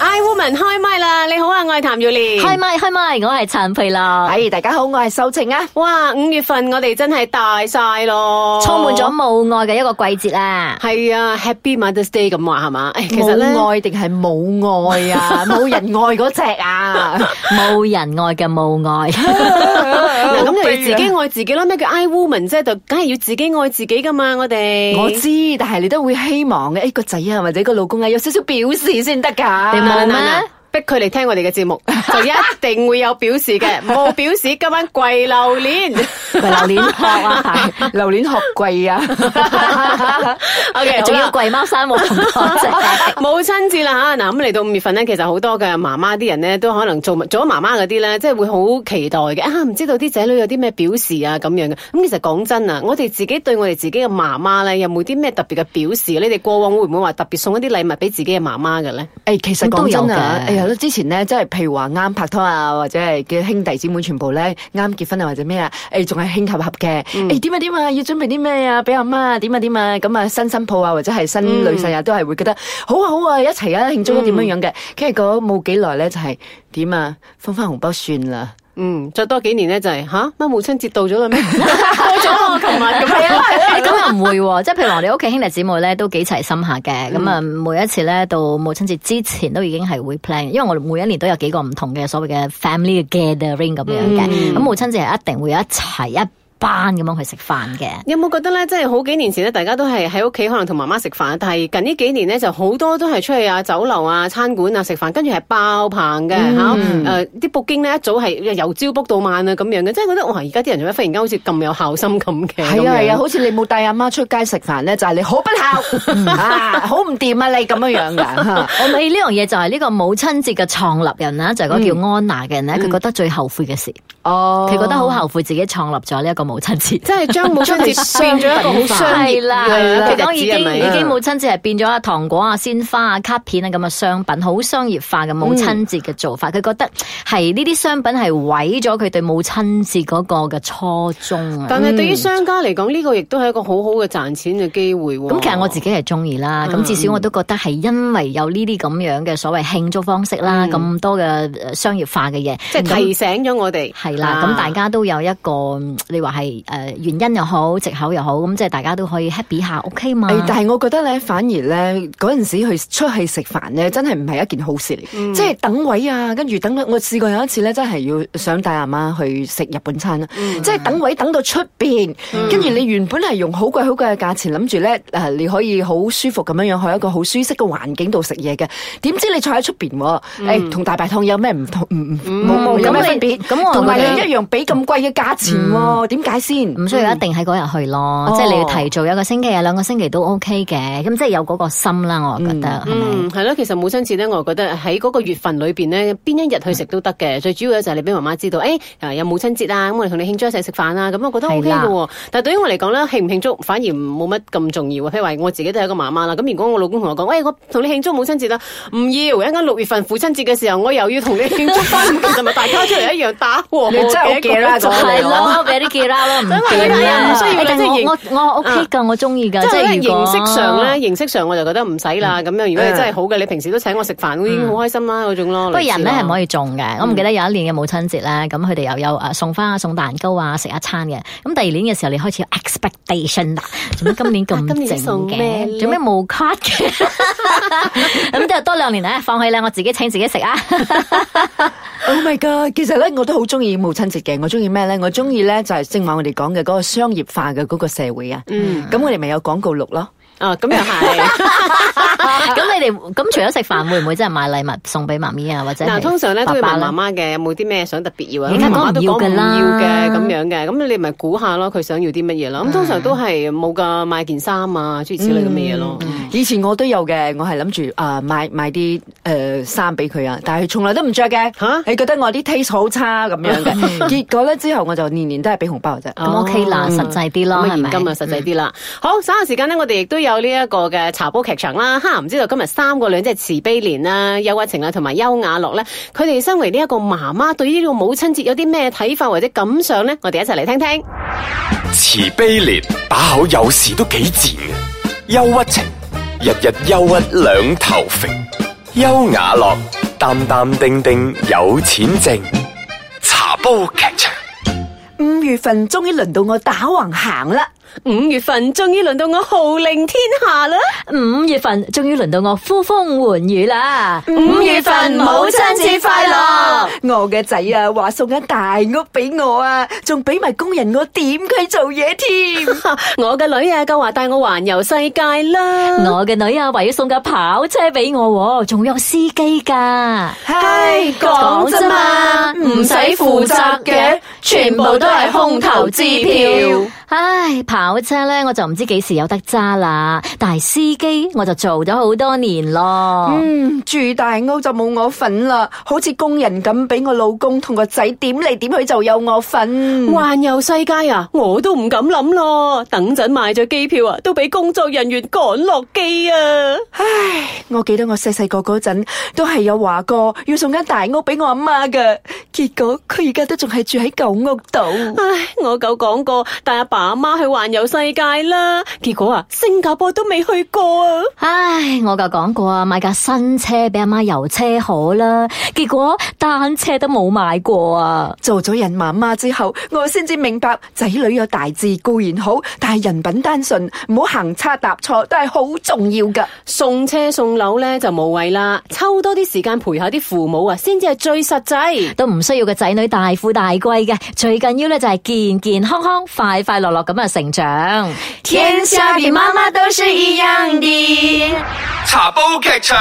I Woman 開麥啦！你好啊，我係譚耀蓮。開咪開咪，我係陳佩樂，哎，大家好，我係秀晴啊。哇，五月份我哋真係大晒咯，充滿咗母愛嘅一個季節啦。係啊，Happy Mother's Day 咁話係嘛？誒，其實咧，冇愛定係冇愛 啊？冇人愛嗰隻 啊？冇人愛嘅母愛，嗱咁好就悲要自啊己愛自己啦。咩叫 I Woman 啫？就梗係要自己愛自己噶嘛。我哋我知，但係你都會希望嘅，誒個仔啊或者個老公啊有少少表示先得㗎。啊嗱你冇嗱咩嗱逼佢嚟聽我哋嘅節目，就一定會有表示嘅。冇表示，今晚跪榴 蓮。 喂榴蓮殼 啊，係榴蓮殼貴啊！ O K，仲要貴貓山冇咁多隻。母親節啦嚇，嗱咁嚟到五月份咧，其實好多嘅媽媽啲人咧，都可能做做咗媽媽嗰啲咧，即係會好期待嘅啊！唔知道啲仔女有啲咩表示啊咁樣嘅。咁其實講真啊，我哋自己對我哋自己嘅媽媽咧，有冇啲咩特別嘅表示？你哋過往會唔會話特別送一啲禮物俾自己嘅媽媽嘅咧？誒，其實咁都講有真啊，嘅誒有之前咧，即係譬如話啱拍拖啊，或者係嘅兄弟姊妹全部咧啱結婚啊，或者咩啊，誒仲係興合合嘅，誒點啊點啊，要準備啲咩啊，俾阿媽啊點啊點啊，咁啊新新抱啊，或者係新女婿啊，都係會覺得好啊好啊，一齊啊慶祝啊點樣樣嘅，跟住嗰冇幾耐咧就係點啊，分翻紅包算啦。嗯，再多幾年咧就係吓乜母親節到咗啦咩？過咗啦我琴晚咁樣。誒 咁又唔會喎，即係譬如話我哋屋企兄弟姊妹咧都幾齊心下嘅，咁啊每一次咧到母親節之前都已經係會 plan，因為我哋每一年都有幾個唔同嘅所謂嘅 family 嘅 gathering 咁樣嘅，咁母親節係一定會一齊一班咁樣去食飯嘅。有冇覺得咧，即係好幾年前咧，大家都係喺屋企可能同媽媽食飯，但係近呢幾年咧，就好多都係出去啊酒樓啊、餐館啊食飯，跟住係爆棚嘅嚇。嗯誒啲 b o 咧一早係由朝 book 到晚啊咁樣嘅，即係覺得哇！而家啲人做咩忽然間好似咁有孝心咁嘅？咁係樣啊係啊，好似你冇帶阿媽出街食飯咧，就係你好不 孝啊，好唔掂啊你咁樣樣 噶。我咪呢樣嘢就係呢個母親節嘅創立人啊啦，就係、嗯嗰個叫安娜嘅人咧，佢、覺得最後悔嘅事，哦佢、覺得好後悔自己創立咗呢一個母親節。即係將母親節變咗一個好 商業係啦，嘅佢講嘅日子係已經已咪？嗯經母親節係變咗啊糖果啊、鮮花啊、卡片啊咁嘅商品，好商業化嘅母親節嘅做法。佢、覺得係呢啲商品係毀咗佢對母親節嗰個嘅初衷啊。但係對於商家嚟講，呢個亦都係一個好好嘅賺錢嘅機會喎。咁其實我自己係中意啦，嗯咁至少我都覺得係因為有呢啲咁樣嘅所謂慶祝方式啦，咁、多嘅呃商業化嘅嘢，嗯即係咁提醒咗我哋係啦，啊咁大家都有一個，嗯你話係誒原因又好，藉口又好，咁即係大家都可以 happy 下，OK 哎嘛？誒，哎但係我覺得咧，反而咧嗰陣時去出去食飯咧，真係唔係一件好事嚟，嗯即係等位啊，跟住等我試過有一次咧，真係要想帶阿媽去食日本餐啦，啊嗯即係等位等到出邊，跟住你原本係用好貴好貴嘅價錢，諗住咧誒你可以好舒服咁樣樣去一個好舒適嘅環境度食嘢嘅，點知你坐喺出邊喎？誒，同大排檔有咩唔同？唔唔冇冇有咩分別？嗯咁我同埋覺你得嗯一樣俾咁貴嘅價錢喎，點解先？唔需要一定喺嗰日去咯，嗯即係你要哦提早一個星期啊，兩個星期都 OK 嘅，咁即係有嗰個心啦，我覺得係咪？嗯，係咯，其實母親節咧，我覺得喺嗰個月份裏邊咧，邊一日去食都得嗯嘅。最主要嘅就係你俾媽媽知道，誒、啊有母親節啊，咁我哋同你慶祝一齊食飯啊，咁我覺得 O K 嘅係喎。但係對於我嚟講咧，慶唔慶祝反而冇乜咁重要啊。譬如話我自己都係一個媽媽啦，咁如果我老公同我講，喂，我同你慶祝母親節啦，唔要，一陣間六月份父親節嘅時候，我又要同你慶祝翻，其實咪大家出嚟一樣打和你真係好嘅一個嘅啦做法係咯，俾啲叫啦咯，唔真係啊掂唔啦。需要啦誒但即係係我我我 OK 噶，我中意噶，即即係係如形果式上咧，。形式上我就覺得唔使啦。咁樣如果你真係好嘅，你平時都請我食飯，我已經好開心啦嗰種咯。嗯嗯不過人咧係唔以。可以種嘅，我唔記得有一年嘅母親節咧，咁佢哋又有誒送花啊、送蛋糕啊、食一餐嘅。咁第二年嘅時候，你開始有 expectation 啦，做咩今 年咁啊今年靜送咩嘅？咧做咩冇 cut 嘅？咁就多兩年咧，放棄啦，我自己請自 己食啊！ Oh my god！其實咧，我都好中意母親節嘅。我中意咩咧？我中意咧就係正話我哋講嘅嗰個商業化嘅嗰個社會啊。嗯，咁我哋咪有廣告錄咯。啊，咁 又係。咁你哋咁除咗食飯，會唔會真係買禮物送俾媽咪啊？或者嗱，係通常咧都會爸爸問咧媽媽嘅有冇啲咩想特別要啊？而咁家媽媽都講唔要講唔㗎啦要嘅咁樣嘅，咁你咪估下咯，佢想要啲乜嘢咯？咁通常都係冇㗎，買件衫啊，諸如此類咁嘅嘢咯。嗯以前我都有嘅，我係諗住啊買買啲誒衫俾佢啊，但係佢從來都唔着嘅。嚇你覺得我啲 taste 好差咁樣嘅？ 結果咧之後我就年年都係俾紅包嘅啫。咁 OK 啦，嗯實際啲咁咯，啊係咪？現嗯金啊，實際啲啦。好，稍後時間呢，我哋亦都有呢一個嘅茶煲劇場啦。哈，唔知道今日三個女即係慈悲蓮啦、邱慧晴啦同埋邱雅樂咧，佢哋身為呢一個媽媽，對於呢個母親節有啲咩睇法或者感想咧？我哋一齊嚟聽聽。慈悲莲把口有時都幾賤嘅，憂鬱情日日憂鬱兩頭肥，優雅樂淡淡定定有錢剩。茶煲劇場，五月份終於輪到我打橫行啦，五月份終於輪到我號令天下啦！五月份終於輪到我呼風喚雨啦！五月份母親節快樂！我嘅仔啊，話送間大屋俾我啊，仲俾埋工人我點佢做嘢添。 我嘅女啊，夠話帶我環遊世界啦！我嘅女啊，話要送架跑車俾我喎，仲有司機㗎。唉，講啫嘛唔使負責嘅全部都係空頭支票。唉，跑車咧我就唔知幾時有得揸啦，但係司機我就做咗好多年咯。嗯，住大屋就冇我份啦，好似工人咁俾我老公同個仔點嚟點去就有我份。環遊世界啊，我都唔敢諗咯。等陣買咗機票啊，都俾工作人員趕落機啊！唉，我記得我細細個嗰陣都係有話過要送間大屋俾我阿媽噶，結果佢而家都仲係住喺舊屋度。唉，我夠講過帶阿爸阿媽去環遊世界啦，結果啊，新加坡都未去過啊！唉，我就講過啊，買架新車俾阿媽油車好啦，結果單車都冇買過啊。做咗人媽媽之後，我先至明白仔女有大志固然好，但係人品單純，唔好行差踏錯都係好重要噶。送車送樓呢就無謂啦，抽多啲時間陪下啲父母啊，先至係最實際。都唔需要個仔女大富大貴嘅，最緊要咧就係健健康康、快快樂樂咁啊成長。天下的媽媽都是一樣的。茶煲劇場。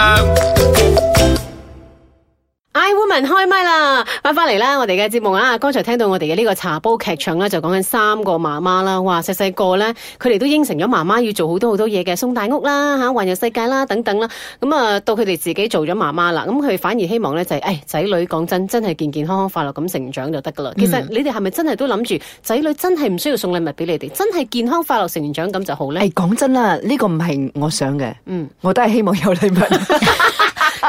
I Woman 開麥啦，翻返嚟啦，我哋嘅節目啊，剛才聽到我哋嘅呢個茶煲劇場咧，就講緊三個媽媽啦，哇，細細個咧，佢哋都應承咗媽媽要做好多好多嘢嘅，送大屋啦，吓環遊世界啦，等等啦，咁啊，到佢哋自己做咗媽媽啦，咁佢反而希望咧就係、誒仔女講真，真係健健康康、快樂咁成長就得噶啦。其嗯實你哋係咪真係都諗住仔女真係唔需要送禮物俾你哋，真係健康快樂成長咁就好咧？誒，講真啦，呢、個唔係我想嘅，嗯，我都係希望有禮物，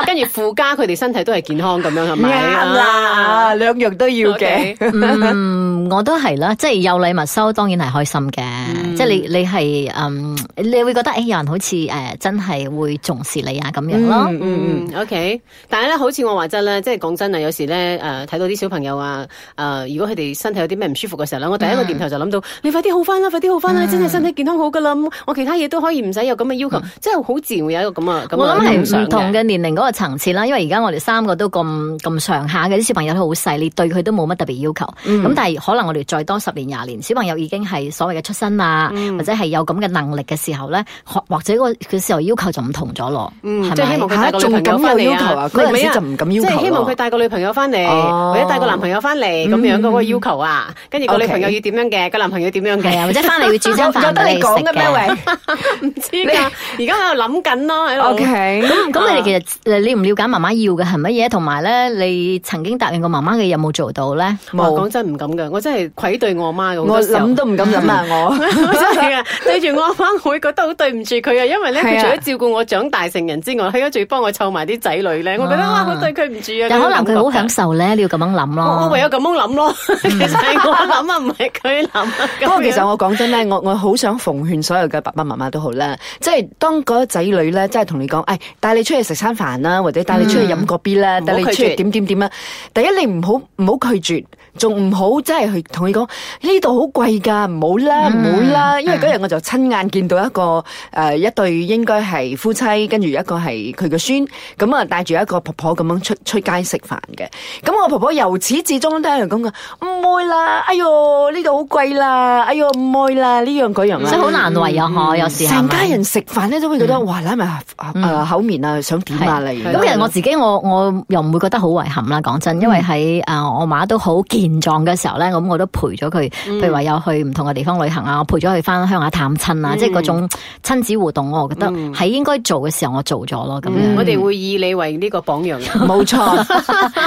跟住附加佢哋身體都係健康咁樣係咪？啊啱啦，啊兩樣都要嘅 OK。嗯，我都係啦，即係有禮物收，當然係開心嘅。嗯即係你你係嗯，你會覺得誒、有人好似誒、真係會重視你啊咁樣咯。嗯嗯嗯，OK，但係咧，好似我話齋咧，即係講真啊，有時咧，誒、睇到啲小朋友啊，誒、如果佢哋身體有啲咩唔舒服嘅時候咧，我第一個念頭就諗到，你快啲好翻啦，快啲好翻啦，真係身體健康好噶啦，咁我其他嘢都可以唔使有咁嘅要求，即係好自然會有一個咁啊，咁我諗諗係唔同嘅年齡嗰個層次啦，因為而家我哋三個都咁咁上下嘅，啲小朋友都好細，你對佢都冇乜特別要求。咁、嗯但係可能我哋再多十年廿年，小朋友已經係所謂嘅出身啊，嗯或者係有咁嘅能力嘅時候咧，或或者個佢時候要求就唔同咗咯，嗯係即係希咪望？佢帶個女朋友翻嚟啊嚇仲咁有要求啊嗰陣時唔係啊就唔敢要求即咯係希望佢帶個女朋友翻嚟，哦或者帶個男朋友翻嚟咁樣嗰個要求啊，跟住個女 OK 朋友要點樣嘅，個男朋友點樣係啊，嘅，或者翻嚟會煮餐 有有飯得俾你你講食嘅咩嘅。喂 唔知㗎，而家喺度諗緊咯，喺度。 ？OK，咁咁你哋其實誒了唔了解媽媽要嘅係乜嘢，同埋咧你曾經答應過媽媽嘅有冇做到咧？哇冇講真唔敢㗎，我真係愧對我媽嘅，好多我時候諗都唔敢諗啊！我我 真係啊！對住我阿媽，我會覺得好對唔住佢啊，因為咧係佢啊除咗照顧我長大成人之外，佢而家仲要幫我湊埋啲仔女咧，我覺得啊哇，好對佢唔住啊！但可能佢好享受。受咧，你要咁樣啊諗咯。我我唯有咁樣諗咯， 其實係我諗啊，唔係佢諗啊。嗯不過咁其實樣我講真咧，我我好想奉勸所有嘅爸爸媽媽都好啦，即係當嗰仔女咧，真係同你講，誒帶你出去食餐飯啦，或者帶你出去飲個 B 啦，嗯帶你出去點點點啦。第一，你唔好唔好拒絕，仲唔好即係去同佢講呢度好貴㗎，唔好啦，嗯唔好啦。因為嗰日我就親眼見到一個誒一對應該係夫妻，跟住一個係佢嘅孫，咁啊帶住一個婆婆咁樣出出街食飯嘅。咁我婆婆由始至終都喺度講㗎，唔會啦，哎呦呢度好貴啦，哎呦唔會啦，呢樣嗰樣啦所以。好難為啊！嗬，有時係成咪家人食飯咧都會覺得哇，揦埋誒口面啊，想點啊，例如係咁其實我自己我我又唔會覺得好遺憾啦，講真，因為喺誒我媽都好健壯嘅時候咧，咁我都陪咗佢，譬如話有去唔同嘅地方旅行啊，我陪咗佢翻鄉下探親啊，即係嗰種親子互動，我覺得喺應該做嘅時候我做咗咯，咁嗯樣。我哋會以你為呢個榜樣啊嘅。冇錯，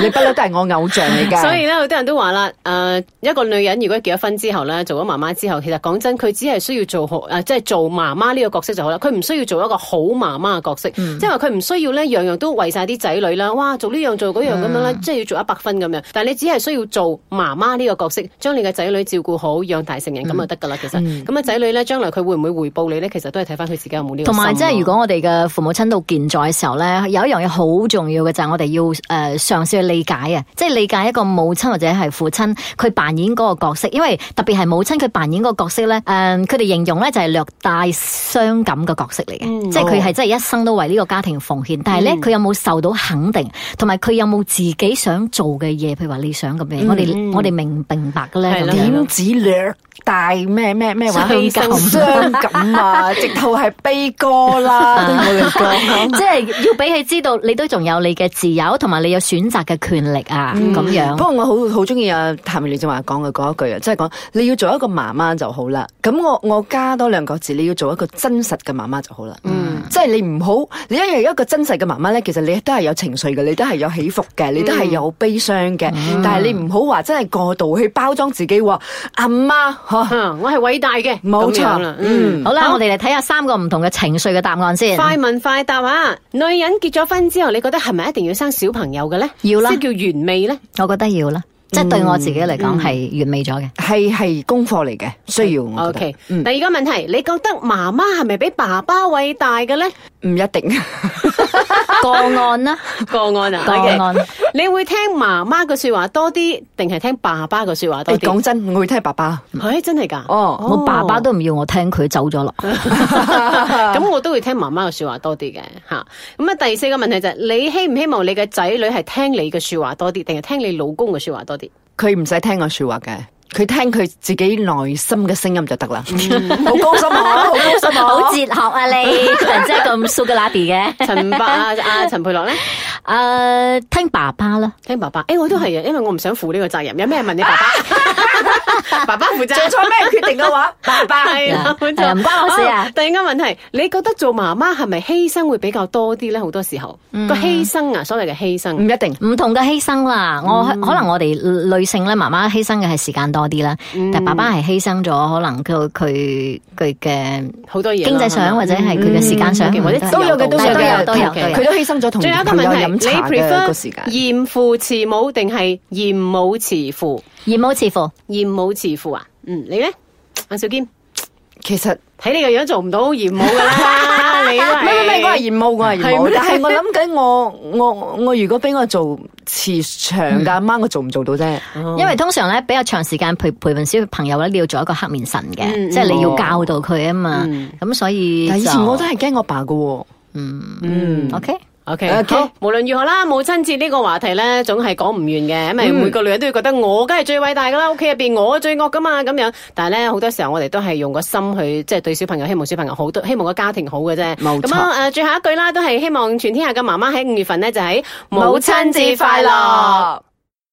你不嬲都係我偶像嚟 㗎。所以咧，好多人都話啦，誒、一個女人如果結咗婚之後咧，做咗媽媽之後，其實講真，佢只係需要做好嗯誒、即係做媽媽呢個角色就好啦。佢唔需要做一個好媽媽嘅角色，即係話佢唔需要咧樣樣樣都為晒啲仔女啦，哇，做呢樣做嗰樣咁樣啦，嗯即係要做一百分咁樣。但係你只係需要做媽媽呢個角色，將你嘅仔女照顧好，養大成人咁就得㗎啦。其實嗯咁啊，仔女咧將來佢會唔會回報你咧？其實都係睇翻佢自己有冇呢個同心咯。啊埋即係如果我哋嘅父母親到健在嘅時候咧，有一樣嘢好重要嘅就係我哋要誒、呃、嘗試去理解啊，即係理解一個母親或者係父親佢扮演嗰個角色，因為特別係母親佢扮演嗰個角色咧，誒佢哋形容咧就係略帶傷感嘅角色嚟嘅，嗯即係佢係真係一生都為呢個家庭奉獻，但係咧佢有冇受到肯定，同埋佢有冇自己想做嘅嘢，譬如話理想咁樣，我哋我哋明唔明白嘅咧嗯係咁啦樣點。子略帶咩咩咩話傷感傷感啊，直頭係悲歌啦，對我嚟講。即係要俾佢知道，你都仲有你嘅自由，同埋你有選擇嘅權力啊，咁樣。嗯不過我好好中意啊譚妙蓮正話講嘅嗰一句啊，即係講你要做一個媽媽就好啦。咁我我加多兩個字，你要做一個真實嘅媽媽就好啦。嗯，即係你唔好，你因為一個真實嘅媽媽咧，其實你都係有情緒嘅，你都係有起伏嘅，你都係有悲傷嘅。但係你唔好話真係過度去包裝自己，話阿媽嗬，嗯我係偉大嘅，冇咁樣錯啦，，嗯。嗯。好啦，我哋嚟睇下三個唔同嘅情緒嘅答案 先。快問快答啊！女人結咗婚之後，你覺得係咪一定要生小朋友嘅咧？要啦即叫完美咧。我覺得要啦，即係對我自己嚟講係完美咗 嘅。係係功課嚟嘅，需要我 O 覺得 K，第二個問題，你覺得媽媽係咪比爸爸偉大嘅咧？唔一定。 個案啦，個案 啊，個案 OK 你會聽媽媽嘅說話多啲，定係聽爸爸嘅說話多誒啲講？真，我會聽爸爸。唉，真係㗎。哦，我爸爸都唔要我聽，佢走咗咯。 咁我都會聽媽媽嘅說話多啲嘅吓。咁啊，第四個問題就係你希唔希望你嘅仔女係聽你嘅說話多啲，定係聽你老公嘅說話多啲？佢唔使聽我說話嘅，佢聽佢自己內心嘅聲音就得啦。 好高深啊，好高深啊！好哲學啊你，個 人真係咁蘇格拉底嘅。陳伯啊，阿陳佩樂咧？誒，聽爸爸啦，聽爸爸，誒、我都係嗯啊，因為我唔想負呢個責任，有咩問你爸 爸，爸爸負責。做錯咩決定嘅話，爸爸係啦，冇係錯，哦啊唔關我事啊好第二個問題，你覺得做媽媽係咪犧牲會比較多啲咧？好多時候嗯個犧牲啊，所謂嘅犧唔牲，一定。唔同嘅犧牲啦。我可能我哋女性咧，媽媽犧牲嘅係時間多啲啦，但爸爸係犧牲咗可能佢佢佢嘅好多嘢啦經濟係上嘛或者係佢嘅時間上，嗯或者嗯都有嘅，都有嘅，但都有都有佢都犧牲咗同仲有一個朋友問飲題，你茶嘅個時 prefer 間。嚴父慈母定係嚴母慈父？而冇似乎。嚴母慈父啊？嗯，你咧，阿小堅，其實睇你個樣做唔到嚴母噶啦， 你唔係唔係，都我係係嫌母，我係嫌係母咩。但係我諗緊，我我我如果俾我做慈祥嘅阿媽，我做唔做到啫？因為通常咧比較長時間陪陪伴小朋友咧，你要做一個黑面神嘅，嗯即係你要教導佢啊嘛。咁、所以但係以前就我都係驚我爸嘅喎。嗯 OK。 O K， OK 好，無論如何啦，母親節呢個話題咧，總係講唔完嘅，因為嗯每個女人都要覺得我梗係最偉大噶啦，屋企入邊我最惡噶嘛咁樣。但係咧，好多時候我哋都係用個心去，即係對小朋友，希望小朋友好，都希望個家庭好嘅啫。冇錯咁啊，誒，最後一句啦，都係希望全天下嘅媽媽喺五月份呢，就喺母親節快樂！